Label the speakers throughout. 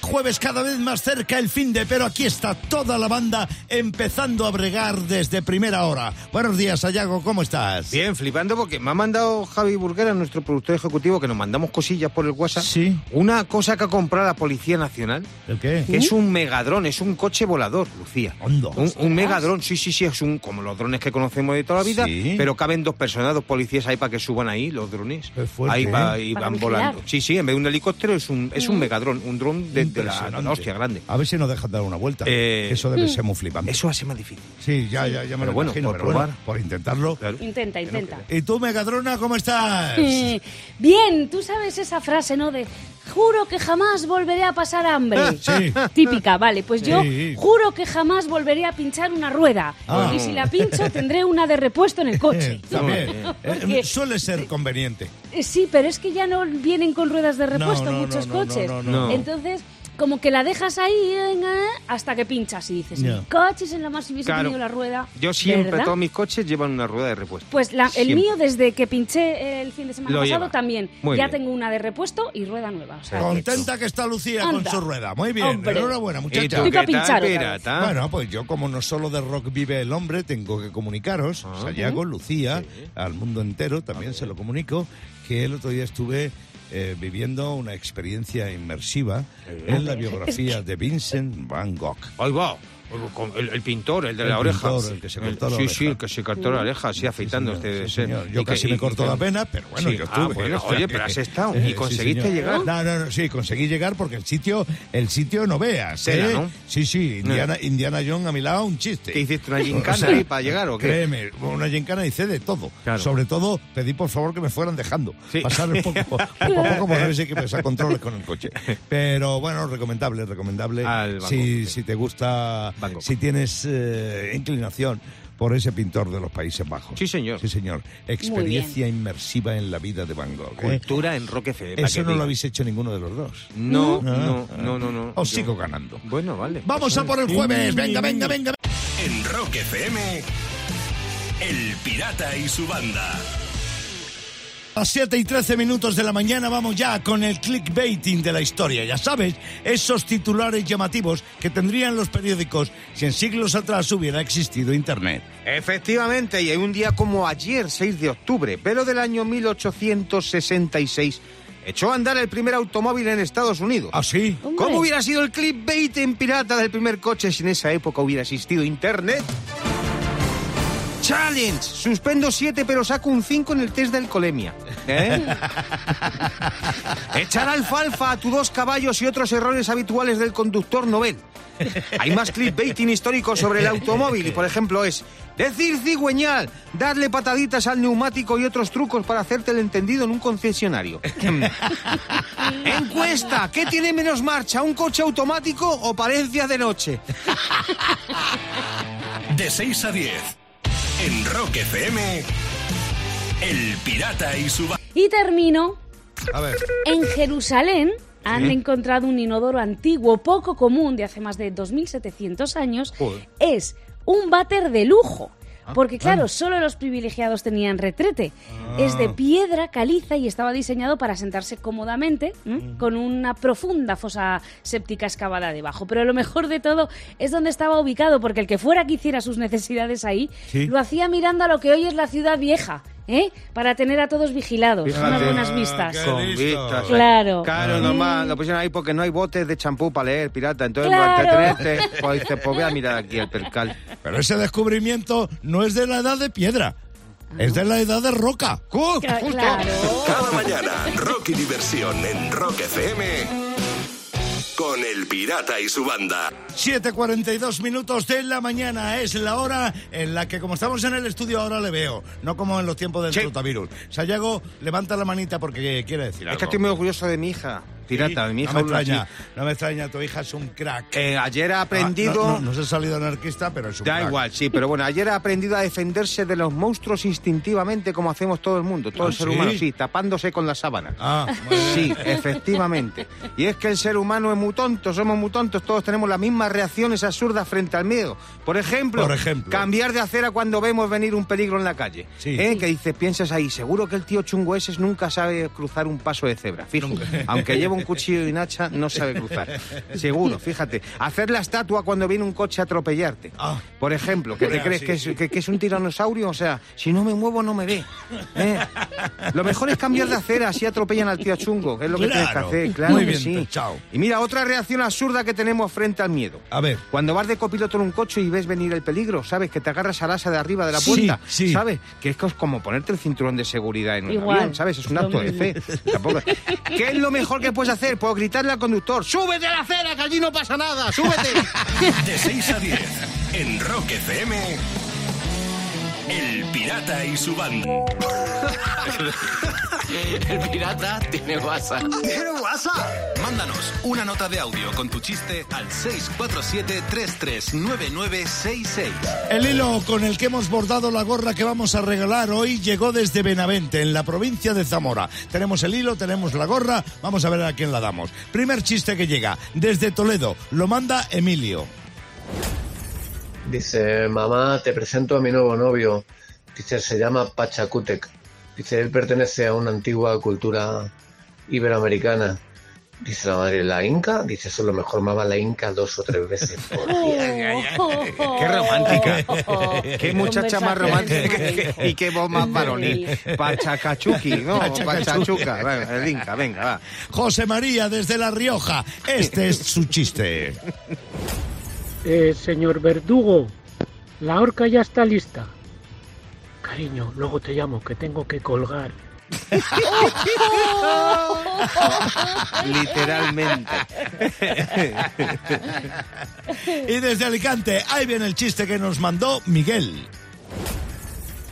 Speaker 1: Jueves cada vez más cerca el fin de, pero aquí está toda la banda empezando a bregar desde primera hora. Buenos días, Ayago, ¿cómo estás?
Speaker 2: Bien, flipando porque me ha mandado Javi Burguera, nuestro productor ejecutivo, que nos mandamos cosillas por el WhatsApp.
Speaker 1: Sí.
Speaker 2: Una cosa que ha comprado la Policía Nacional.
Speaker 1: ¿El qué?
Speaker 2: que es un megadrón, es un coche volador, Lucía.
Speaker 1: Hondo.
Speaker 2: Un, un megadrón, sí, sí, sí, es un como los drones que conocemos de toda la vida,
Speaker 1: Sí.
Speaker 2: pero caben dos personas, dos policías ahí para que suban ahí los drones.
Speaker 1: Qué fuerte,
Speaker 2: ahí va-
Speaker 1: ¿eh?
Speaker 2: ahí
Speaker 3: Para
Speaker 2: van
Speaker 3: vigilar. Mm.
Speaker 2: volando. Sí, sí, en vez de un helicóptero es un, es un megadrón, un dron de, de la, de la hostia grande.
Speaker 1: A ver si nos dejas dar una vuelta.
Speaker 2: Eh,
Speaker 1: Eso
Speaker 3: Mm.
Speaker 1: debe ser muy flipante.
Speaker 2: Eso hace más difícil.
Speaker 1: Sí, ya, ya, ya me
Speaker 2: Pero
Speaker 1: lo
Speaker 2: bueno,
Speaker 1: imagino,
Speaker 2: por
Speaker 1: pero bueno,
Speaker 2: probar.
Speaker 1: por intentarlo.
Speaker 2: Claro.
Speaker 3: Intenta, intenta.
Speaker 1: ¿Y tú, Megadrona, cómo estás?
Speaker 3: Eh, Bien, tú sabes esa frase, ¿no? De juro que jamás volveré a pasar hambre.
Speaker 1: Ah, Sí.
Speaker 3: Típica, vale. Pues yo
Speaker 1: Sí.
Speaker 3: juro que jamás volveré a pinchar una rueda.
Speaker 1: Ah.
Speaker 3: Y si la pincho, tendré una de repuesto en el coche.
Speaker 1: Eh, También. Eh,
Speaker 3: Porque-
Speaker 1: suele ser conveniente.
Speaker 3: Eh, Sí, pero es que ya no vienen con ruedas de repuesto
Speaker 1: No, no,
Speaker 3: muchos
Speaker 1: no, no,
Speaker 3: coches.
Speaker 1: no, no,
Speaker 2: no.
Speaker 3: Entonces, como que la dejas ahí venga, hasta que pinchas y dices,
Speaker 1: Ya.
Speaker 3: "Mi coche es en la más hubiese
Speaker 2: Claro.
Speaker 3: tenido la rueda.
Speaker 2: Yo siempre,
Speaker 3: ¿verdad?
Speaker 2: todos mis coches llevan una rueda de repuesto.
Speaker 3: Pues la- el
Speaker 2: Siempre.
Speaker 3: mío, desde que pinché el fin de semana
Speaker 2: Lo
Speaker 3: pasado,
Speaker 2: lleva.
Speaker 3: también.
Speaker 2: Muy
Speaker 3: ya
Speaker 2: bien.
Speaker 3: tengo una de repuesto y rueda nueva. o sea que-
Speaker 1: Contenta que está Lucía con
Speaker 3: Anda.
Speaker 1: su rueda. Muy bien,
Speaker 3: Hombre.
Speaker 1: enhorabuena,
Speaker 2: ¿Y
Speaker 1: muchacha.
Speaker 2: tú
Speaker 3: Estoy
Speaker 2: qué
Speaker 3: pa' pinchar
Speaker 2: tal,
Speaker 3: otra vez.
Speaker 2: pirata?
Speaker 1: Bueno, pues yo como no solo de rock vive el hombre, tengo que comunicaros,
Speaker 2: Ah,
Speaker 1: Sayago, Lucía, al mundo entero, también se lo comunico, que el otro día estuve eh, viviendo una experiencia inmersiva en la biografía de Vincent Van Gogh.
Speaker 2: Ahí va. Con El, el pintor, el de
Speaker 1: El
Speaker 2: la oreja.
Speaker 1: pintor, el que se cortó la
Speaker 2: sí,
Speaker 1: oreja.
Speaker 2: sí, el que se cortó la oreja, sí, afeitando
Speaker 1: señor,
Speaker 2: este debe
Speaker 1: sí,
Speaker 2: ser.
Speaker 1: señor. Yo
Speaker 2: Y que-
Speaker 1: casi
Speaker 2: y-
Speaker 1: me cortó
Speaker 2: y-
Speaker 1: la pena, pero bueno,
Speaker 2: Sí,
Speaker 1: yo
Speaker 2: ah,
Speaker 1: estuve.
Speaker 2: bueno,
Speaker 1: o sea
Speaker 2: oye,
Speaker 1: que-
Speaker 2: pero has estado.
Speaker 1: Eh,
Speaker 2: ¿Y
Speaker 1: sí,
Speaker 2: conseguiste
Speaker 1: señor.
Speaker 2: llegar?
Speaker 1: No, no, no, sí, conseguí llegar porque el sitio, el sitio no veas, ¿eh?
Speaker 2: Era, ¿no?
Speaker 1: Sí, sí, Indiana, Indiana Jones a mi lado, un chiste.
Speaker 2: ¿Qué hiciste, una
Speaker 1: O
Speaker 2: gincana
Speaker 1: sea,
Speaker 2: ahí para llegar o qué?
Speaker 1: Créeme, una gincana hice de todo.
Speaker 2: Claro.
Speaker 1: Sobre todo, pedí por favor que me fueran dejando.
Speaker 2: Sí.
Speaker 1: Pasar el poco, poco a poco, porque a veces hay que pasar controles con el coche. Pero bueno, recomendable, recomendable.
Speaker 2: Al Van
Speaker 1: si,
Speaker 2: Gogh, sí.
Speaker 1: si te gusta,
Speaker 2: Van Gogh.
Speaker 1: si tienes eh, inclinación por ese pintor de los Países Bajos.
Speaker 2: Sí, señor.
Speaker 1: Sí, señor. Experiencia inmersiva en la vida de Van Gogh. ¿eh?
Speaker 2: Cultura en Roque FM. para que
Speaker 1: Eso no lo
Speaker 2: diga.
Speaker 1: habéis hecho ninguno de los dos.
Speaker 2: No,
Speaker 1: Ah,
Speaker 2: no, no, no. no.
Speaker 1: Os
Speaker 2: Yo-
Speaker 1: sigo ganando.
Speaker 2: Bueno, vale.
Speaker 1: Vamos a por el jueves. Venga, venga, venga.
Speaker 4: En Rock FM, El Pirata y su banda.
Speaker 1: A 7 y 13 minutos de la mañana vamos ya con el clickbaiting de la historia. Ya sabes, esos titulares llamativos que tendrían los periódicos si en siglos atrás hubiera existido Internet.
Speaker 2: Efectivamente, y hay un día como ayer, 6 de octubre, pero del año 1866, echó a andar el primer automóvil en Estados Unidos.
Speaker 1: ¿Así?
Speaker 3: Hombre.
Speaker 2: ¿Cómo hubiera sido el clickbait en pirata del primer coche si en esa época hubiera existido internet? Challenge. Suspendo 7 pero saco un 5 en el test de alcoholemia. ¿Eh? Echar alfalfa a tus dos caballos y otros errores habituales del conductor no ven. Hay más clickbaiting histórico sobre el automóvil y, por ejemplo, es decir cigüeñal, darle pataditas al neumático y otros trucos para hacerte el entendido en un concesionario. Encuesta, ¿qué tiene menos marcha, un coche automático o parencias de noche?
Speaker 4: De 6 a 10, en Rock FM, El Pirata y su banda.
Speaker 3: Y termino.
Speaker 1: A ver.
Speaker 3: En Jerusalén han encontrado un inodoro antiguo, poco común, de hace más de 2.700 años.
Speaker 2: Joder.
Speaker 3: Es un váter de lujo.
Speaker 1: Ah,
Speaker 3: Porque claro, solo los privilegiados tenían retrete.
Speaker 1: Ah.
Speaker 3: Es de piedra caliza y estaba diseñado para sentarse cómodamente, ¿m? con una profunda fosa séptica excavada debajo. Pero lo mejor de todo es donde estaba ubicado, porque el que fuera que hiciera sus necesidades ahí,
Speaker 1: Sí.
Speaker 3: lo hacía mirando a lo que hoy es la ciudad vieja, ¿eh? para tener a todos vigilados, unas
Speaker 2: Fíjate.
Speaker 3: buenas vistas.
Speaker 1: Qué
Speaker 2: Con
Speaker 1: listo.
Speaker 2: vistas.
Speaker 3: Claro. Mm.
Speaker 2: Claro, nomás lo pusieron ahí porque no hay botes de champú para leer, pirata. Entonces,
Speaker 3: Claro.
Speaker 2: para entretenerte, pues dices, pues voy a mirar aquí el percal.
Speaker 1: Pero ese descubrimiento no es de la edad de piedra, es de la edad de roca.
Speaker 2: ¡Cu!
Speaker 3: Cla-
Speaker 2: Justo.
Speaker 3: claro.
Speaker 4: Cada mañana, rock y diversión en Rock FM, con El Pirata y su banda.
Speaker 1: 7.42 minutos de la mañana es la hora en la que, como estamos en el estudio, ahora le veo, no como en los tiempos del
Speaker 2: Sí.
Speaker 1: rotavirus. Sayago, levanta la manita porque quiere decir
Speaker 2: Es
Speaker 1: algo.
Speaker 2: que estoy muy orgulloso de mi hija. Estoy pirata. Mi hija
Speaker 1: no me
Speaker 2: habla
Speaker 1: extraña,
Speaker 2: así.
Speaker 1: no me extraña, tu hija es un crack.
Speaker 2: Eh, ayer ha
Speaker 1: Ah, No,
Speaker 2: aprendido...
Speaker 1: no- no se ha salido anarquista, pero es un
Speaker 2: Da
Speaker 1: crack.
Speaker 2: igual, sí, pero bueno, ayer ha aprendido a defenderse de los monstruos instintivamente como hacemos todo el mundo, todo
Speaker 1: Ah,
Speaker 2: el ser
Speaker 1: ¿sí?
Speaker 2: humano, sí, tapándose con la sábana.
Speaker 1: Ah, muy bien.
Speaker 2: Sí, efectivamente. Y es que el ser humano es muy tonto, somos muy tontos, todos tenemos las mismas reacciones absurdas frente al miedo. Por ejemplo,
Speaker 1: Por ejemplo.
Speaker 2: cambiar de acera cuando vemos venir un peligro en la calle.
Speaker 1: Sí.
Speaker 2: ¿Eh? Que dices, piensas ahí, seguro que el tío chungo ese nunca sabe cruzar un paso de cebra. Fíjate, aunque lleva un cuchillo y un hacha, no sabe cruzar. Seguro, fíjate. Hacer la estatua cuando viene un coche a atropellarte.
Speaker 1: Ah.
Speaker 2: Por ejemplo, que te
Speaker 1: Bueno,
Speaker 2: crees
Speaker 1: sí,
Speaker 2: que, es,
Speaker 1: sí.
Speaker 2: que- que es un tiranosaurio, o sea, si no me muevo no me ve. ¿eh? Lo mejor es cambiar de acera, así atropellan al tío chungo, que es lo que tienes que
Speaker 1: Claro.
Speaker 2: hacer, claro
Speaker 1: Muy
Speaker 2: que
Speaker 1: bien, pues,
Speaker 2: sí.
Speaker 1: chao. Ah.
Speaker 2: Y mira, otra reacción absurda que tenemos frente al miedo.
Speaker 1: A ver.
Speaker 2: Cuando vas de copiloto en un coche y ves venir el peligro, ¿sabes? Que te agarras al asa de arriba de la
Speaker 1: Sí,
Speaker 2: puerta,
Speaker 1: sí.
Speaker 2: ¿sabes? Que es cos- como ponerte el cinturón de seguridad en un
Speaker 3: Igual,
Speaker 2: avión, ¿sabes? Es un
Speaker 3: lo
Speaker 2: acto de fe.
Speaker 3: mismo.
Speaker 2: Tampoco- ¿Qué es lo mejor que puedes hacer? Puedo gritarle al conductor, ¡súbete a la acera, que allí no pasa nada! ¡Súbete!
Speaker 4: De 6 a 10 en Rock FM. El pirata y su banda.
Speaker 5: El pirata tiene WhatsApp.
Speaker 4: ¿Tiene WhatsApp? Mándanos una nota de audio con tu chiste al 647-339966.
Speaker 1: El hilo con el que hemos bordado la gorra que vamos a regalar hoy llegó desde Benavente, en la provincia de Zamora. Tenemos el hilo, tenemos la gorra, vamos a ver a quién la damos. Primer chiste que llega, desde Toledo, lo manda Emilio.
Speaker 6: Dice, mamá, te presento a mi nuevo novio. Dice, se llama Pachacútec. Dice, él pertenece a una antigua cultura iberoamericana. Dice la madre, ¿la Inca? Dice, eso es lo mejor, mamá, la Inca dos o tres veces. por día".
Speaker 2: Qué romántica. Qué muchacha más
Speaker 3: Conversaciones
Speaker 2: romántica
Speaker 3: de hijo.
Speaker 2: y qué voz más varonil. Pachacachuqui, ¿no? Pachachuca. Bueno, el Inca, venga, va.
Speaker 1: José María, desde La Rioja, este es su chiste.
Speaker 7: Eh, señor Verdugo, la horca ya está lista. Cariño, luego te llamo, que tengo que colgar.
Speaker 2: Literalmente.
Speaker 1: Y desde Alicante, ahí viene el chiste que nos mandó Miguel.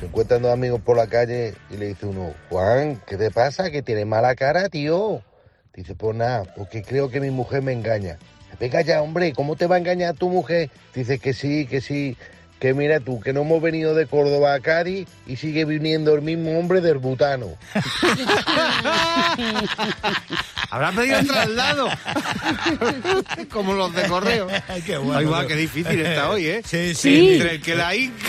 Speaker 8: Se encuentran dos amigos por la calle y le dice uno, Juan, ¿qué te pasa? Que tienes mala cara, tío. Dice, pues nada, porque creo que mi mujer me engaña. Venga ya, hombre, ¿cómo te va a engañar tu mujer? Dice que sí, que sí, que mira tú, que no hemos venido de Córdoba a Cádiz y sigue viniendo el mismo hombre del Butano.
Speaker 2: Habrá pedido el traslado. Como los de correo.
Speaker 1: Qué
Speaker 2: Ay, va, qué difícil está hoy, ¿eh?
Speaker 1: Sí, sí.
Speaker 3: Sí.
Speaker 2: Entre el que la Inca.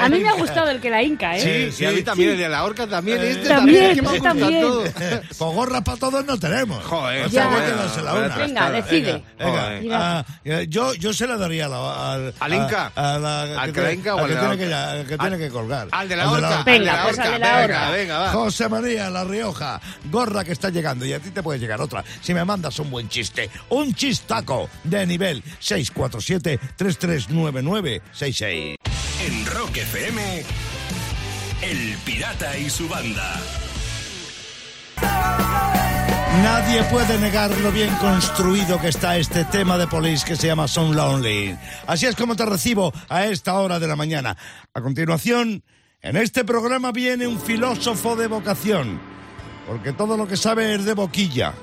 Speaker 3: A mí me ha gustado el que la Inca, ¿eh?
Speaker 1: Sí,
Speaker 2: Sí,
Speaker 1: sí,
Speaker 2: y a mí también, el de la horca también.
Speaker 1: Eh,
Speaker 2: Este también.
Speaker 3: También,
Speaker 2: que me
Speaker 3: este también.
Speaker 2: gustan todos.
Speaker 1: Pues gorras para todos no tenemos.
Speaker 2: Joder,
Speaker 1: O sea,
Speaker 3: ya.
Speaker 1: hay que dársela una.
Speaker 3: Venga, decide.
Speaker 1: Venga,
Speaker 3: Joder.
Speaker 1: ah, eh, yo, yo se la daría a la, al,
Speaker 2: ¿Al Inca?
Speaker 1: A, a la,
Speaker 2: ¿Al
Speaker 1: que
Speaker 2: que
Speaker 1: tiene-
Speaker 2: Inca o
Speaker 1: al
Speaker 2: al
Speaker 1: que
Speaker 2: de
Speaker 1: tiene que,
Speaker 2: la horca?
Speaker 1: al que,
Speaker 2: Al-
Speaker 1: tiene que colgar.
Speaker 2: Al de la horca.
Speaker 1: horca.
Speaker 2: al de
Speaker 3: Venga,
Speaker 2: la
Speaker 3: pues al
Speaker 2: horca,
Speaker 3: de la
Speaker 2: Venga,
Speaker 3: horca.
Speaker 2: venga, va.
Speaker 1: José María, La Rioja, gorra que está llegando y a ti te puede llegar otra si me mandas un buen chiste. Un chistaco de nivel 647-339966.
Speaker 4: En Rock FM, El pirata y su banda.
Speaker 1: Nadie puede negar lo bien construido que está este tema de Police que se llama Son Lonely. Así es como te recibo a esta hora de la mañana. A continuación, en este programa viene un filósofo de vocación, porque todo lo que sabe es de boquilla.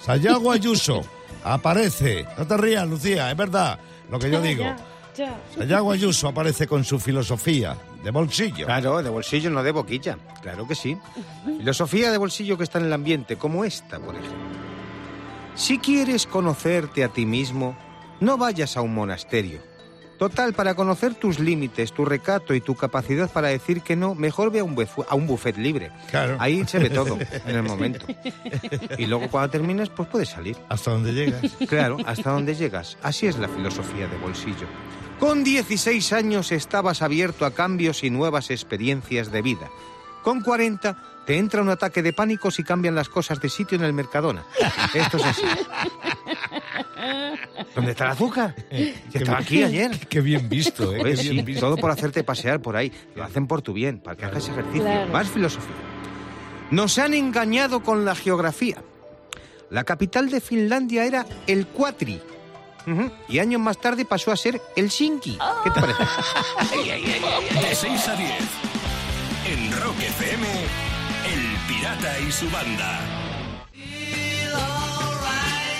Speaker 1: Sayago Ayuso aparece. No te rías, Lucía, es verdad lo que yo digo.
Speaker 3: Ya, ya.
Speaker 1: Sayago Ayuso aparece con su filosofía de bolsillo.
Speaker 2: Claro, de bolsillo, no de boquilla. Claro que sí. Filosofía de bolsillo que está en el ambiente, como esta, por ejemplo. Si quieres conocerte a ti mismo, no vayas a un monasterio. Total, para conocer tus límites, tu recato y tu capacidad para decir que no, mejor ve a un, bufet, a un buffet libre.
Speaker 1: Claro.
Speaker 2: Ahí se ve todo, en el momento. Y luego cuando termines, pues puedes salir.
Speaker 1: Hasta donde llegas.
Speaker 2: Claro, hasta donde llegas. Así es la filosofía de bolsillo. Con 16 años estabas abierto a cambios y nuevas experiencias de vida. Con 40 te entra un ataque de pánico si cambian las cosas de sitio en el Mercadona. Esto es así. ¿Dónde está el azúcar?
Speaker 1: Eh,
Speaker 2: Ya estaba aquí ayer.
Speaker 1: Qué bien visto, ¿eh? Qué
Speaker 2: Pues
Speaker 1: bien
Speaker 2: sí, todo por hacerte pasear por ahí. Lo hacen por tu bien, para que hagas ejercicio.
Speaker 3: Claro.
Speaker 2: Más filosofía. Nos han engañado con la geografía. La capital de Finlandia era el Cuatri. Ujú. Y años más tarde pasó a ser Helsinki.
Speaker 3: Ah.
Speaker 2: ¿Qué te parece?
Speaker 4: De 6 a 10 en Rock FM, El pirata y su banda.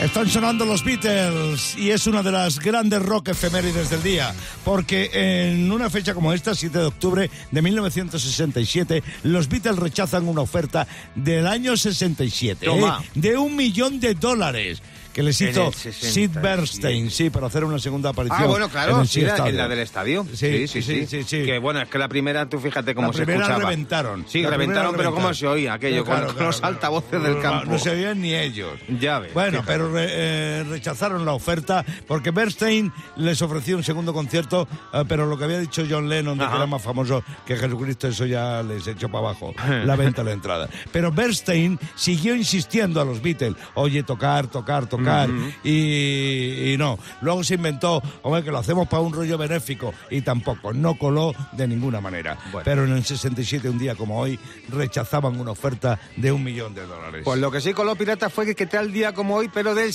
Speaker 1: Están sonando los Beatles y es una de las grandes rock efemérides del día, porque en una fecha como esta, 7 de octubre de 1967, los Beatles rechazan una oferta del año 67
Speaker 2: Toma.
Speaker 1: ¿eh? de un millón de dólares. Que les hizo
Speaker 2: el
Speaker 1: Sid
Speaker 2: 67.
Speaker 1: Bernstein, sí, para hacer una segunda aparición.
Speaker 2: Ah, bueno,
Speaker 1: en
Speaker 2: claro,
Speaker 1: el
Speaker 2: sí,
Speaker 1: Shea
Speaker 2: era en
Speaker 1: Stadium.
Speaker 2: la del estadio.
Speaker 1: Sí,
Speaker 2: Sí sí sí,
Speaker 1: sí, sí.
Speaker 2: Que bueno, es que la primera, tú fíjate cómo
Speaker 1: La
Speaker 2: se
Speaker 1: primera
Speaker 2: escuchaba.
Speaker 1: reventaron.
Speaker 2: Sí,
Speaker 1: La primera
Speaker 2: reventaron, pero cómo
Speaker 1: reventaron.
Speaker 2: se oía aquello con-
Speaker 1: Claro,
Speaker 2: con,
Speaker 1: claro,
Speaker 2: los
Speaker 1: claro.
Speaker 2: altavoces del
Speaker 1: No,
Speaker 2: campo.
Speaker 1: No se oían ni ellos.
Speaker 2: Ya ves,
Speaker 1: Bueno,
Speaker 2: fíjate.
Speaker 1: pero re- eh, rechazaron la oferta porque Bernstein les ofreció un segundo concierto, eh, pero lo que había dicho John Lennon, de que
Speaker 2: Ajá.
Speaker 1: era más famoso que Jesucristo, eso ya les echó para abajo la venta a la entrada. Pero Bernstein siguió insistiendo a los Beatles, oye, tocar, tocar, tocar, y, y no. Luego se inventó, hombre, que lo hacemos para un rollo benéfico, y tampoco, no coló de ninguna manera.
Speaker 2: Bueno.
Speaker 1: Pero en el 67, un día como hoy, rechazaban una oferta de un millón de dólares.
Speaker 2: Pues lo que sí coló Pirata fue que tal día como hoy, pero del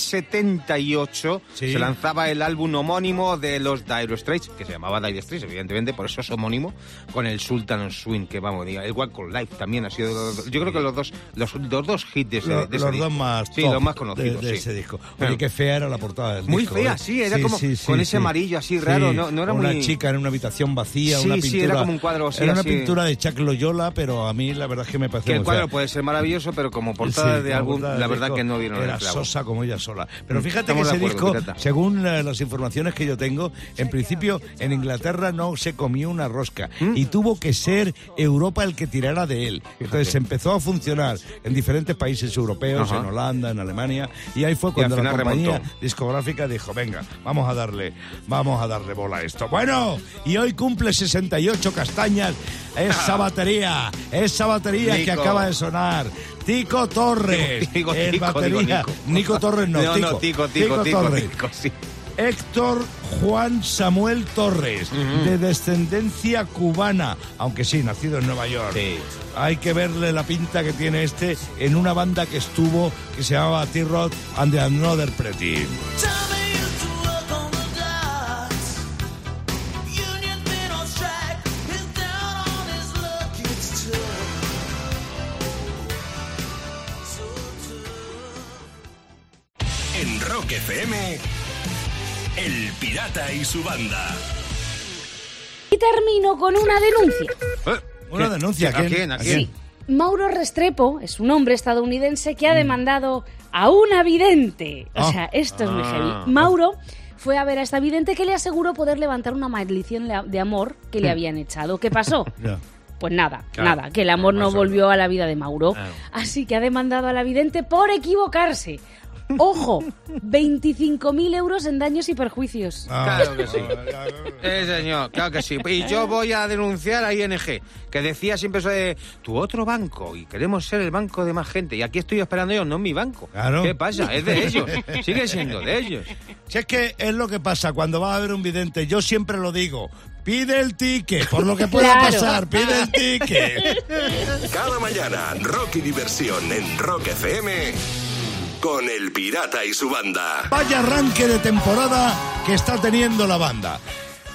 Speaker 2: 78,
Speaker 1: Sí.
Speaker 2: se lanzaba el álbum homónimo de los Dire Straits, que se llamaba Dire Straits, evidentemente, por eso es homónimo, con el Sultan Swing, que vamos, diga, el Walk on Life también ha sido, yo creo que los dos, los, los dos hits de ese,
Speaker 1: Lo-
Speaker 2: de ese
Speaker 1: los
Speaker 2: disco.
Speaker 1: dos más
Speaker 2: Sí,
Speaker 1: top
Speaker 2: los más
Speaker 1: de-
Speaker 2: conocidos,
Speaker 1: de,
Speaker 2: sí.
Speaker 1: ese disco. Oye,
Speaker 2: Claro.
Speaker 1: qué fea era la portada del
Speaker 2: Muy
Speaker 1: disco.
Speaker 2: fea,
Speaker 1: ¿eh?
Speaker 2: sí, era como con ese amarillo así raro, no- no era
Speaker 1: una
Speaker 2: muy-
Speaker 1: chica en una habitación vacía,
Speaker 2: Sí,
Speaker 1: una pintura.
Speaker 2: sí, era como un cuadro así,
Speaker 1: Era una
Speaker 2: así.
Speaker 1: pintura de Chuck Loyola, pero a mí la verdad es que me pareció
Speaker 2: Que el
Speaker 1: muy
Speaker 2: cuadro
Speaker 1: fea.
Speaker 2: puede ser maravilloso, pero como portada
Speaker 1: Sí,
Speaker 2: de
Speaker 1: como
Speaker 2: álbum,
Speaker 1: portada
Speaker 2: la
Speaker 1: del
Speaker 2: verdad
Speaker 1: disco,
Speaker 2: que no dieron
Speaker 1: Era
Speaker 2: el clavo.
Speaker 1: sosa como ella sola. Pero
Speaker 2: Mm,
Speaker 1: fíjate
Speaker 2: estamos
Speaker 1: que ese
Speaker 2: de acuerdo,
Speaker 1: disco,
Speaker 2: pirata.
Speaker 1: según eh, las informaciones que yo tengo, en principio en Inglaterra no se comió una rosca
Speaker 2: Mm.
Speaker 1: y tuvo que ser Europa el que tirara de él. Entonces empezó a funcionar en diferentes países europeos,
Speaker 2: Ajá.
Speaker 1: en Holanda, en Alemania, y ahí fue cuando
Speaker 2: al
Speaker 1: la
Speaker 2: final
Speaker 1: compañía
Speaker 2: remontó.
Speaker 1: discográfica dijo, venga, vamos a darle, vamos a darle bola a esto. Bueno, y hoy cumple 68 castañas esa batería, esa batería que
Speaker 2: Nico.
Speaker 1: acaba de sonar. Tico Torres,
Speaker 2: Digo,
Speaker 1: el
Speaker 2: Tico, digo,
Speaker 1: batería.
Speaker 2: Nico.
Speaker 1: Nico Torres no, Tico.
Speaker 2: no, Tico, Tico, Tico,
Speaker 1: Torres.
Speaker 2: Tico, sí.
Speaker 1: Héctor Juan Samuel Torres, de descendencia cubana, aunque sí, nacido en Nueva York.
Speaker 2: Sí.
Speaker 1: Hay que verle la pinta que tiene este en una banda que estuvo, que se llamaba T-Rod and the Another Pretty.
Speaker 4: En Rock FM, El Pirata y su banda.
Speaker 3: Y termino con una denuncia.
Speaker 2: Eh,
Speaker 1: Una
Speaker 2: ¿qué?
Speaker 1: denuncia,
Speaker 2: ¿A quién? ¿A quién?
Speaker 3: Sí. Mauro Restrepo es un hombre estadounidense que ha demandado a una vidente. O
Speaker 1: Mm. Ah.
Speaker 3: sea, esto es muy
Speaker 2: Ah.
Speaker 3: heavy. Mauro fue a ver a esta vidente que le aseguró poder levantar una maldición la- de amor que le habían echado. ¿Qué pasó?
Speaker 1: Ya.
Speaker 3: Pues nada,
Speaker 2: Claro,
Speaker 3: nada, que el amor
Speaker 2: no
Speaker 3: no
Speaker 2: pasó
Speaker 3: volvió a la vida de Mauro.
Speaker 2: Claro.
Speaker 3: Así que ha demandado a la vidente por equivocarse. Ojo, 25.000 euros en daños y perjuicios.
Speaker 1: Ah,
Speaker 2: Claro que sí. Sí, señor, claro que sí. Y yo voy a denunciar a ING, que decía siempre eso de tu otro banco y queremos ser el banco de más gente. Y aquí estoy esperando yo, no es mi banco.
Speaker 1: Claro.
Speaker 2: ¿Qué pasa? Es de ellos. Sigue siendo de ellos.
Speaker 1: Si es que es lo que pasa cuando va a haber un vidente, yo siempre lo digo, pide el ticket, por lo que pueda
Speaker 3: Claro.
Speaker 1: pasar, pide el ticket.
Speaker 4: Cada mañana, rock y diversión en Rock FM con El Pirata y su banda.
Speaker 1: Vaya arranque de temporada que está teniendo la banda.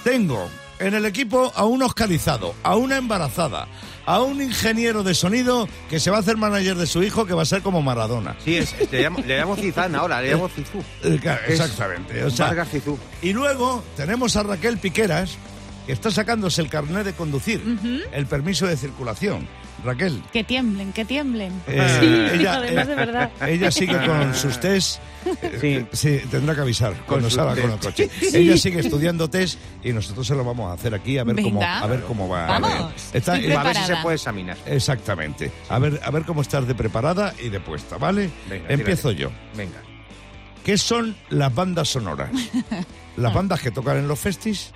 Speaker 1: Tengo en el equipo a un oscarizado, a una embarazada, a un ingeniero de sonido que se va a hacer manager de su hijo que va a ser como Maradona.
Speaker 2: Sí, es, es- le, llamo, le llamo Cizán ahora, le llamo Cizú.
Speaker 1: Eh, claro,
Speaker 2: Es
Speaker 1: Exactamente. o sea,
Speaker 2: Vargas Cizú.
Speaker 1: Y luego tenemos a Raquel Piqueras, que está sacándose el carnet de conducir, el permiso de circulación. Raquel,
Speaker 9: Que tiemblen, que tiemblen.
Speaker 1: eh,
Speaker 3: Sí,
Speaker 1: ella,
Speaker 3: además de verdad.
Speaker 1: ella sigue con sus test.
Speaker 2: Ah.
Speaker 1: Eh,
Speaker 2: Sí.
Speaker 1: Sí, tendrá que avisar cuando
Speaker 2: sus
Speaker 1: salga con el
Speaker 2: test.
Speaker 1: coche. Ella sigue estudiando test y nosotros se lo vamos a hacer aquí a ver cómo
Speaker 9: Venga.
Speaker 1: a ver cómo va.
Speaker 9: Vamos,
Speaker 1: Está-
Speaker 9: estoy
Speaker 2: A ver si se
Speaker 9: Preparada.
Speaker 2: puede examinar.
Speaker 1: exactamente. A ver a ver cómo estás de preparada y de puesta, ¿vale?
Speaker 2: Venga,
Speaker 1: Empiezo
Speaker 2: tírate.
Speaker 1: yo.
Speaker 2: Venga.
Speaker 1: ¿Qué son las bandas sonoras? Las bandas que tocan en los festis,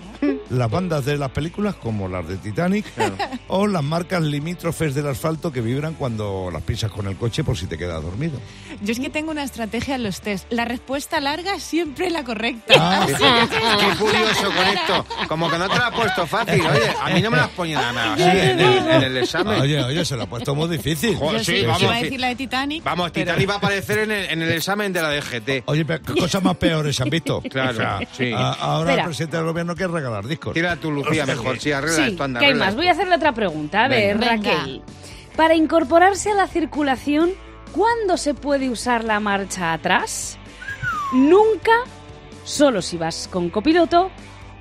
Speaker 1: las bandas de las películas como las de Titanic o las marcas limítrofes del asfalto que vibran cuando las pisas con el coche por si te quedas dormido.
Speaker 9: Yo es que tengo una estrategia en los test. La respuesta larga es siempre la correcta.
Speaker 1: Ah,
Speaker 2: Qué curioso con esto. Como que no te lo has puesto fácil. Oye, a mí no me lo has puesto nada así en el, en el examen.
Speaker 1: oye, oye, se la ha puesto muy difícil.
Speaker 2: Joder,
Speaker 9: Yo
Speaker 2: sí,
Speaker 9: sí,
Speaker 2: vamos,
Speaker 9: iba a
Speaker 2: sí.
Speaker 9: decir la de Titanic.
Speaker 2: Vamos,
Speaker 9: pero-
Speaker 2: Titanic va a aparecer en el, en el examen de la DGT.
Speaker 1: Oye, pero ¿qué cosas más peores han visto?
Speaker 2: Claro, sí.
Speaker 1: a- ahora el
Speaker 3: Espera.
Speaker 1: presidente del gobierno quiere regalar discos.
Speaker 2: Tira tu Lucía mejor, sí, arregla
Speaker 3: sí,
Speaker 2: esto, anda,
Speaker 3: ¿qué hay
Speaker 2: arregla
Speaker 3: más?
Speaker 2: esto.
Speaker 3: Voy a hacerle otra pregunta. A ver,
Speaker 9: Venga.
Speaker 3: Raquel. Para incorporarse a la circulación, ¿cuándo se puede usar la marcha atrás? Nunca, solo si vas con copiloto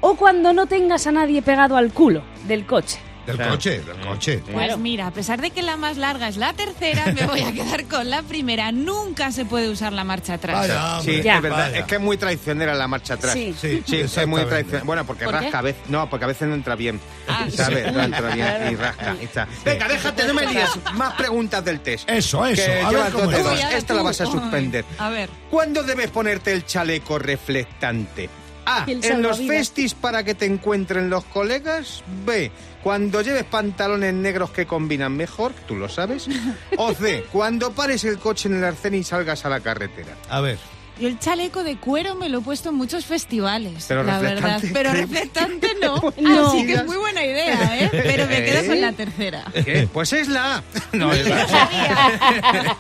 Speaker 3: o cuando no tengas a nadie pegado al culo del coche.
Speaker 1: Del
Speaker 10: Claro.
Speaker 1: coche, del coche.
Speaker 9: Pues mira, a pesar de que la más larga es la tercera, me voy a quedar con la primera. Nunca se puede usar la marcha atrás.
Speaker 1: Vaya,
Speaker 2: Sí,
Speaker 1: Ah, hombre,
Speaker 3: Ya.
Speaker 2: es verdad.
Speaker 1: vaya.
Speaker 2: Es que es muy traicionera la marcha atrás.
Speaker 3: Sí.
Speaker 1: Sí,
Speaker 2: Sí, es muy
Speaker 1: exactamente.
Speaker 2: traicionera. Bueno, porque
Speaker 3: ¿Por qué?
Speaker 2: rasca a veces. No, porque a veces no entra bien.
Speaker 9: Ah,
Speaker 2: ¿Sabes?
Speaker 9: sí.
Speaker 2: No entra bien y rasca. y está. Venga, déjate, no me líes. Más preguntas del test.
Speaker 1: Eso, eso.
Speaker 2: Que
Speaker 1: A
Speaker 2: lleva
Speaker 1: ver cómo
Speaker 2: todo
Speaker 1: te
Speaker 9: Uy,
Speaker 2: dedos.
Speaker 1: vas.
Speaker 9: ahora
Speaker 2: Esta
Speaker 9: tú.
Speaker 2: la vas a
Speaker 9: Ay,
Speaker 2: suspender.
Speaker 9: A ver.
Speaker 2: ¿Cuándo debes ponerte el chaleco reflectante? A.
Speaker 3: Y el
Speaker 2: En los
Speaker 3: salvavidas.
Speaker 2: festis para que te encuentren los colegas. B. Cuando lleves pantalones negros que combinan mejor, tú lo sabes. O C. Cuando pares el coche en el arcén y salgas a la carretera.
Speaker 1: A ver.
Speaker 9: Yo el chaleco de cuero me lo he puesto en muchos festivales,
Speaker 2: Pero
Speaker 9: la verdad.
Speaker 2: reflectante.
Speaker 9: Pero reflectante no.
Speaker 2: No.
Speaker 9: Así que es muy buena idea, ¿eh? Pero me quedo con la tercera.
Speaker 2: ¿Qué? Pues es la A. No, es la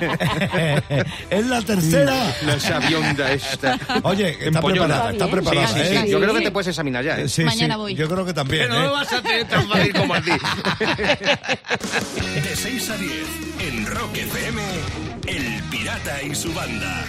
Speaker 2: A.
Speaker 1: es la tercera.
Speaker 2: La sabionda esta.
Speaker 1: Oye, está
Speaker 2: Empollona.
Speaker 1: preparada, está
Speaker 3: Está bien.
Speaker 1: preparada.
Speaker 2: Sí, sí,
Speaker 1: ¿eh?
Speaker 2: sí. Yo creo que te puedes examinar ya. ¿eh?
Speaker 1: Sí, sí,
Speaker 9: Mañana voy.
Speaker 1: Yo creo que también.
Speaker 5: No
Speaker 1: ¿eh?
Speaker 5: me vas a tener tan fácil como a ti.
Speaker 4: De 6 a 10 en Rock FM, El Pirata y su banda.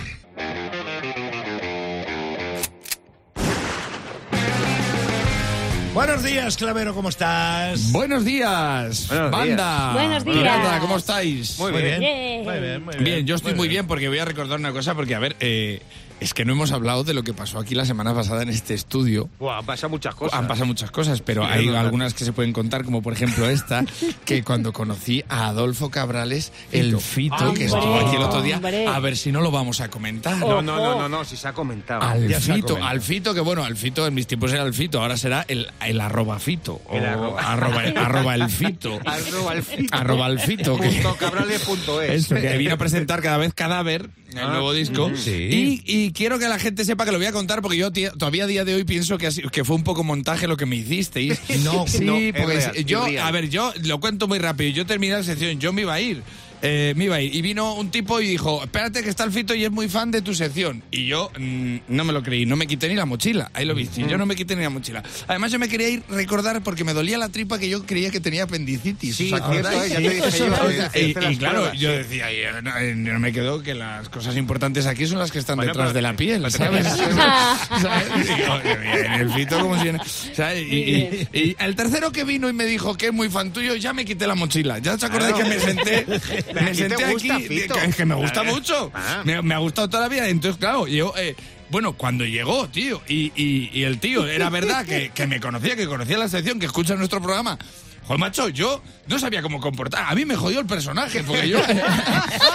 Speaker 1: Buenos días, Clavero, ¿cómo estás?
Speaker 10: Buenos días,
Speaker 2: Buenos
Speaker 10: banda.
Speaker 3: Buenos días.
Speaker 10: Pirata, ¿cómo estáis?
Speaker 1: Muy bien.
Speaker 3: bien.
Speaker 1: Muy bien, muy bien.
Speaker 10: Bien, yo estoy muy bien porque voy a recordar una cosa, porque a ver, eh, es que no hemos hablado de lo que pasó aquí la semana pasada en este estudio.
Speaker 2: Buah, pasa muchas cosas.
Speaker 10: Han pasado muchas cosas, pero
Speaker 2: Sí, es
Speaker 10: hay
Speaker 2: verdad.
Speaker 10: algunas que se pueden contar, como por ejemplo esta, que cuando conocí a Adolfo Cabrales, el Fito, que estuvo aquí el otro día,
Speaker 3: hombre.
Speaker 10: a ver si no lo vamos a comentar.
Speaker 2: No, no, no, no, no, si se ha comentado.
Speaker 1: Ya se ha
Speaker 10: Alfito,
Speaker 1: comentado.
Speaker 10: Alfito, que bueno, Alfito en mis tiempos era Alfito, ahora será el, el arroba Fito. o
Speaker 2: El arroba.
Speaker 10: arroba, arroba el Fito.
Speaker 2: Arroba Alfito.
Speaker 10: Arroba Alfito. que-
Speaker 2: Punto cabrales punto es.
Speaker 10: Eso, que vino a presentar cada vez Cadáver, el nuevo disco.
Speaker 1: Sí.
Speaker 10: Y, y quiero que la gente sepa que lo voy a contar porque yo tía- todavía a día de hoy pienso que, ha sido- que fue un poco montaje lo que me hicisteis.
Speaker 1: No,
Speaker 10: sí,
Speaker 2: no, es
Speaker 10: porque
Speaker 2: real,
Speaker 10: si-
Speaker 2: es
Speaker 10: yo,
Speaker 2: real.
Speaker 10: a ver, yo lo cuento muy rápido. Yo terminé la sección, yo me iba a ir. eh, me iba a ir. Y vino un tipo y dijo, espérate que está el fito y es muy fan de tu sección. Y yo mm, no me lo creí, no me quité ni la mochila. Ahí lo viste, yo no me quité ni la mochila. Además yo me quería ir recordar porque me dolía la tripa que yo creía que tenía apendicitis.
Speaker 2: Sí,
Speaker 10: ¿Os acordáis?
Speaker 2: cierto, eh, ya te dije yo,
Speaker 10: O
Speaker 2: eh,
Speaker 10: sea,
Speaker 2: te
Speaker 10: y,
Speaker 2: hice las
Speaker 10: y claro,
Speaker 2: pruebas.
Speaker 10: yo decía, y, eh, no, eh, no me quedo que las cosas importantes aquí son las que están
Speaker 2: Bueno,
Speaker 10: detrás
Speaker 2: pero-
Speaker 10: de la piel, ¿sabes? ¿Sabes? Y yo, en el fito como si... ¿sabes? Y, y- y el tercero que vino y me dijo que es muy fan tuyo, ya me quité la mochila. Ya os acordáis
Speaker 2: Claro.
Speaker 10: que me senté,
Speaker 2: ¿A
Speaker 10: me
Speaker 2: ti
Speaker 10: senté
Speaker 2: te gusta,
Speaker 10: aquí,
Speaker 2: Fito?
Speaker 10: que- es que me gusta
Speaker 2: Claro.
Speaker 10: mucho.
Speaker 2: Ah.
Speaker 10: Me, me ha gustado toda la vida. Entonces, claro, yo... eh, bueno, cuando llegó, tío, y, y- y el tío, era verdad que, que me conocía, que conocía la sección, que escucha nuestro programa. Joder, macho, yo no sabía cómo comportar. A mí me jodió el personaje, porque yo...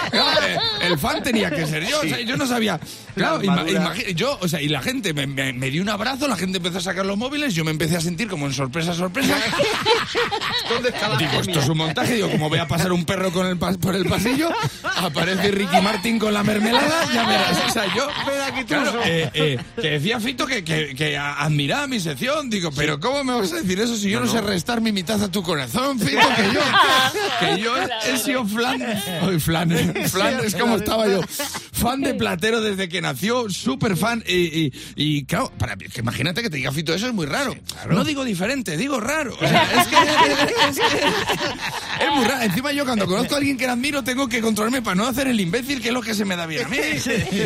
Speaker 10: Claro, eh, el fan tenía que ser yo, o sea, yo no sabía. Claro, ima-
Speaker 2: armadura.
Speaker 10: imagi- yo, o sea, y la gente me, me- me dio un abrazo, la gente empezó a sacar los móviles, yo me empecé a sentir como en sorpresa, sorpresa. Digo, esto es un montaje, digo, como voy a pasar un perro con el pas- por el pasillo, aparece Ricky Martin con la mermelada, ya verás, o sea, yo... Claro, eh, eh, que decía Fito que, que, que a- admiraba mi sección, digo, pero ¿cómo me vas a decir eso si yo no, sé restar mi mitad a tu corazón, Fito? Que yo, que yo he sido flan, Ay, flan, flan, es como estaba yo, fan de Platero desde que nació, súper fan, y, y, y, claro, para, mí, que imagínate que te diga Fito, eso es muy raro. No digo diferente, digo raro. O sea, es que... es que- es muy raro. Encima yo cuando conozco a alguien que admiro tengo que controlarme para no hacer el imbécil que es lo que se me da bien a mí.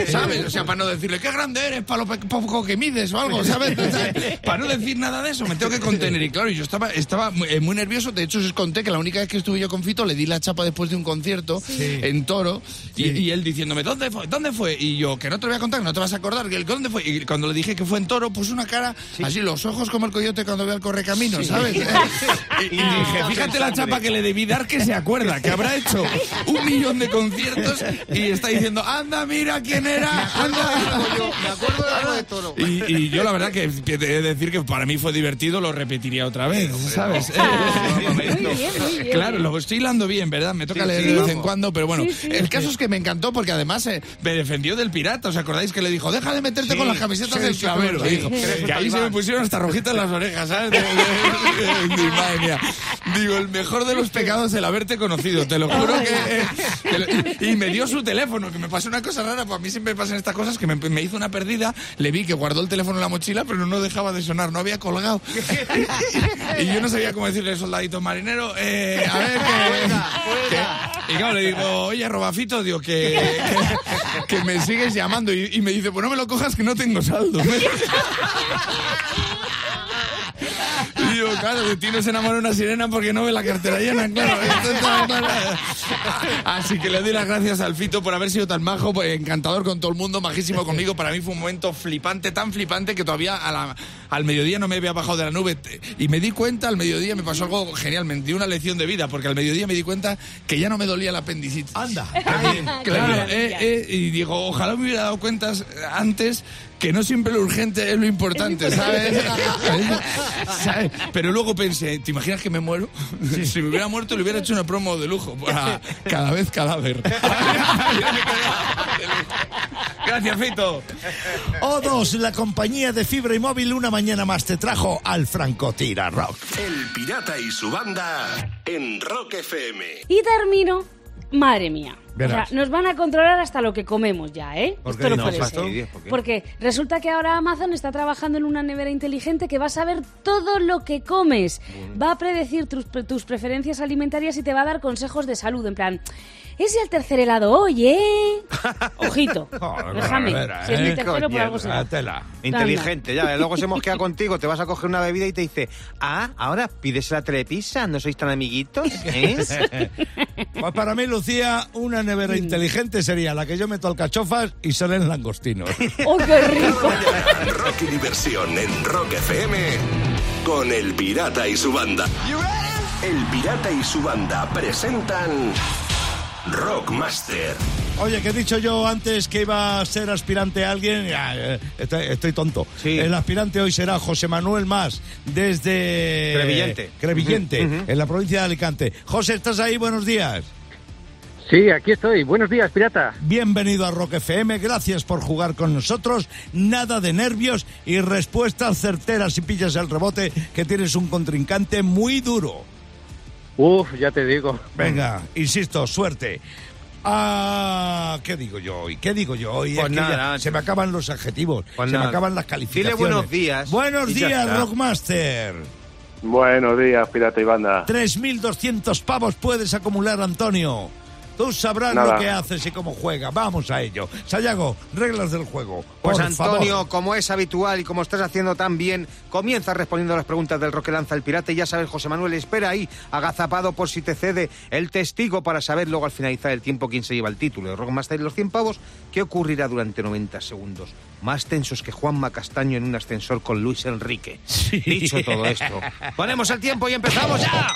Speaker 10: ¿Sabes? O sea, para no decirle qué grande eres, para lo pe- poco que mides o algo, ¿sabes? O sea, para no decir nada de eso, me tengo que contener. Y claro, yo estaba, estaba muy, eh, muy nervioso. De hecho, os conté que la única vez que estuve yo con Fito le di la chapa después de un concierto en Toro y, y él diciéndome, ¿dónde fue? ¿Dónde fue? Y yo, que no te lo voy a contar, que no te vas a acordar. que el- ¿Dónde fue? Y cuando le dije que fue en Toro, puso una cara así, los ojos como el coyote cuando ve al correcamino, ¿sabes? y, y dije, fíjate la chapa que le debí dar que se acuerda, que habrá hecho un millón de conciertos y está diciendo, anda, mira quién era, anda.
Speaker 2: Me acuerdo de algo de toro.
Speaker 10: Y, y yo la verdad que, que te he de decir que para mí fue divertido, lo repetiría otra vez, ¿sabes?
Speaker 3: Muy bien, muy bien.
Speaker 10: Claro, lo estoy hilando bien, ¿verdad? Me toca
Speaker 2: Sí,
Speaker 10: leer
Speaker 2: sí,
Speaker 10: de vez en
Speaker 2: vamos.
Speaker 10: cuando, pero bueno, el caso es que me encantó porque además eh, me defendió del pirata, ¿os acordáis que le dijo, deja de meterte con las camisetas del clavero? dijo. que ahí se me pusieron hasta rojitas las orejas, ¿sabes? De- de- de- de- madre mía. Digo, el mejor de los pecados el haberte conocido, te lo juro que... eh, te lo- y me dio su teléfono, que me pasó una cosa rara, para mí siempre me pasan estas cosas, que me, me hizo una perdida, le vi que guardó el teléfono en la mochila, pero no dejaba de sonar, no había colgado. y yo no sabía cómo decirle, soldadito marinero, eh, a ver que... que- Y claro, le digo, oye, Robafito, digo, que, que, que me sigues llamando. Y, y me dice, pues no me lo cojas que no tengo saldo. Y digo, claro, te tienes enamorado una sirena porque no ve la cartera llena, claro. esto está claro. Así que le doy las gracias al Fito por haber sido tan majo, pues, encantador con todo el mundo, majísimo conmigo. Para mí fue un momento flipante, tan flipante que todavía a la- al mediodía no me había bajado de la nube. Te- Y me di cuenta, al mediodía me pasó algo genial, me dio una lección de vida, porque al mediodía me di cuenta que ya no me dolía la apendicitis. Anda. Claro, eh, eh, y digo, ojalá me hubiera dado cuentas antes que no siempre lo urgente es lo importante, ¿sabes? ¿Sabes? Pero luego pensé, ¿te imaginas que me muero? Si me hubiera muerto le hubiera hecho una promo de lujo para cada vez cadáver. Gracias, Fito.
Speaker 1: O2, la compañía de fibra y móvil, una mañana más te trajo al francotira rock.
Speaker 4: El pirata y su banda en Rock FM.
Speaker 3: Y termino, madre mía. O sea,
Speaker 4: Verás.
Speaker 3: nos van a controlar hasta lo que comemos ya, ¿eh?
Speaker 11: ¿Por qué?
Speaker 3: Esto no
Speaker 11: No,
Speaker 3: puede
Speaker 11: ¿por
Speaker 3: ser.
Speaker 11: qué? ¿Por qué?
Speaker 3: Porque resulta que ahora Amazon está trabajando en una nevera inteligente que va a saber todo lo que comes. Va a predecir tus, tus preferencias alimentarias y te va a dar consejos de salud. En plan, ese al tercer helado, oye. Ojito. Déjame. Si es mi tercero, por algo será.
Speaker 2: Inteligente, ya. ves, Luego se mosquea contigo, te vas a coger una bebida y te dice, ah, ahora pides la telepisa, ¿no sois tan amiguitos? ¿Eh?
Speaker 1: Pues para mí, Lucía, una nevera inteligente sería la que yo meto alcachofas y salen langostinos.
Speaker 3: ¡Oh, qué rico!
Speaker 4: Rock y diversión en Rock FM con El Pirata y su banda. El Pirata y su banda presentan Rockmaster.
Speaker 1: Oye, que he dicho yo antes que iba a ser aspirante a alguien, Ya, eh, estoy, estoy tonto. El aspirante hoy será José Manuel Más, desde...
Speaker 2: Crevillente.
Speaker 1: Crevillente,
Speaker 2: Ujú, ujú.
Speaker 1: en la provincia de Alicante. José, ¿estás ahí? Buenos días.
Speaker 7: Sí, aquí estoy. Buenos días, pirata.
Speaker 1: Bienvenido a Rock FM, gracias por jugar con nosotros. Nada de nervios y respuestas certeras si pillas el rebote, que tienes un contrincante muy duro.
Speaker 7: Uf, ya te digo.
Speaker 1: Venga, insisto, suerte. Ah, ¿qué digo yo hoy? ¿Qué digo yo hoy?
Speaker 2: Pues
Speaker 1: Es que ya
Speaker 2: nada.
Speaker 1: se me acaban los adjetivos,
Speaker 2: Pues
Speaker 1: se me
Speaker 2: nada.
Speaker 1: acaban las
Speaker 2: Dile
Speaker 1: calificaciones.
Speaker 2: buenos días
Speaker 1: Buenos
Speaker 2: y ya
Speaker 1: días,
Speaker 2: está.
Speaker 1: Rockmaster.
Speaker 9: Buenos días, pirata y banda.
Speaker 1: 3.200 pavos puedes acumular, Antonio. Tú sabrás
Speaker 9: Nada.
Speaker 1: lo que haces y cómo juega. Vamos a ello. Sayago, reglas del juego.
Speaker 2: Pues
Speaker 1: por
Speaker 2: Antonio,
Speaker 1: favor.
Speaker 2: como es habitual y como estás haciendo tan bien, comienza respondiendo a las preguntas del rock que lanza el pirata y ya sabes, José Manuel, espera ahí, agazapado por si te cede el testigo para saber luego al finalizar el tiempo quién se lleva el título de Rockmaster y los 100 pavos, qué ocurrirá durante 90 segundos. Más tensos que Juanma Castaño en un ascensor con Luis Enrique. Dicho todo esto, ponemos el tiempo y empezamos ya.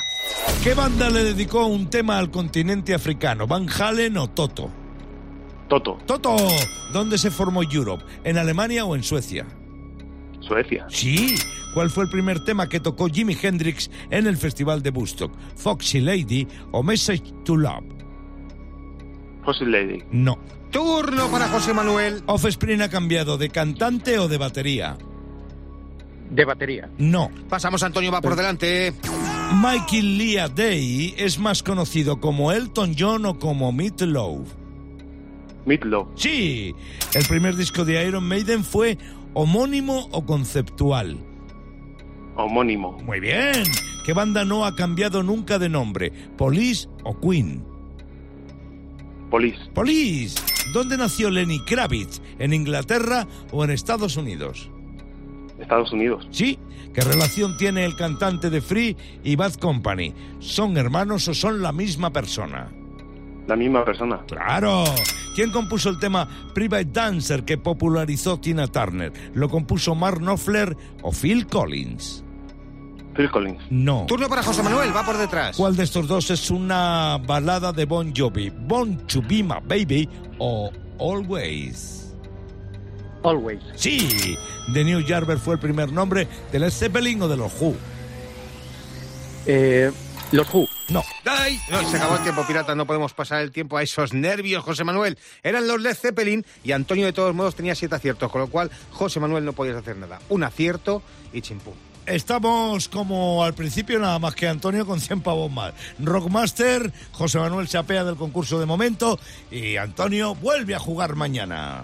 Speaker 1: ¿Qué banda le dedicó un tema al continente africano? ¿Van Halen o Toto?
Speaker 9: Toto.
Speaker 1: Toto, ¿dónde se formó Europe? ¿En Alemania o en Suecia?
Speaker 9: Suecia.
Speaker 1: Sí. ¿Cuál fue el primer tema que tocó Jimi Hendrix en el Festival de Woodstock? ¿Foxy Lady o Message to Love?
Speaker 9: Fossil Lady.
Speaker 1: No.
Speaker 2: Turno para José Manuel.
Speaker 1: ¿Offspring ha cambiado de cantante o de batería?
Speaker 7: De batería.
Speaker 1: No.
Speaker 2: Pasamos, Antonio, va por
Speaker 1: Pues
Speaker 2: delante. ¿eh?
Speaker 1: Michael Lea Day es más conocido como Elton John o como Meatloaf.
Speaker 9: Meatloaf.
Speaker 1: Sí. El primer disco de Iron Maiden fue homónimo o conceptual.
Speaker 9: Homónimo.
Speaker 1: Muy bien. ¿Qué banda no ha cambiado nunca de nombre? ¿Police o Queen?
Speaker 9: Police.
Speaker 1: Police. ¿Dónde nació Lenny Kravitz? ¿En Inglaterra o en Estados Unidos?
Speaker 9: Estados Unidos.
Speaker 1: Sí. ¿Qué relación tiene el cantante de Free y Bad Company? ¿Son hermanos o son la misma persona?
Speaker 9: La misma persona.
Speaker 1: Claro. ¿Quién compuso el tema Private Dancer que popularizó Tina Turner? ¿Lo compuso Mark Knopfler o Phil Collins?
Speaker 9: Phil Collins.
Speaker 1: No.
Speaker 2: Turno para José Manuel, va por detrás.
Speaker 1: ¿Cuál de estos dos es una balada de Bon Jovi? ¿Bon to be my baby o Always?
Speaker 7: Always.
Speaker 1: Sí. ¿De New Jarber fue el primer nombre de Led Zeppelin o de los Who?
Speaker 7: Eh, los Who.
Speaker 1: No.
Speaker 2: ¡Ay! No, se acabó el tiempo, pirata. No podemos pasar el tiempo a esos nervios, José Manuel. Eran los Led Zeppelin y Antonio, de todos modos, tenía siete aciertos, con lo cual, José Manuel, no podías hacer nada. Un acierto y chimpú.
Speaker 1: Estamos como al principio, nada más que Antonio con 100 pavos más. Rockmaster, José Manuel Chapea del concurso de momento y Antonio vuelve a jugar mañana.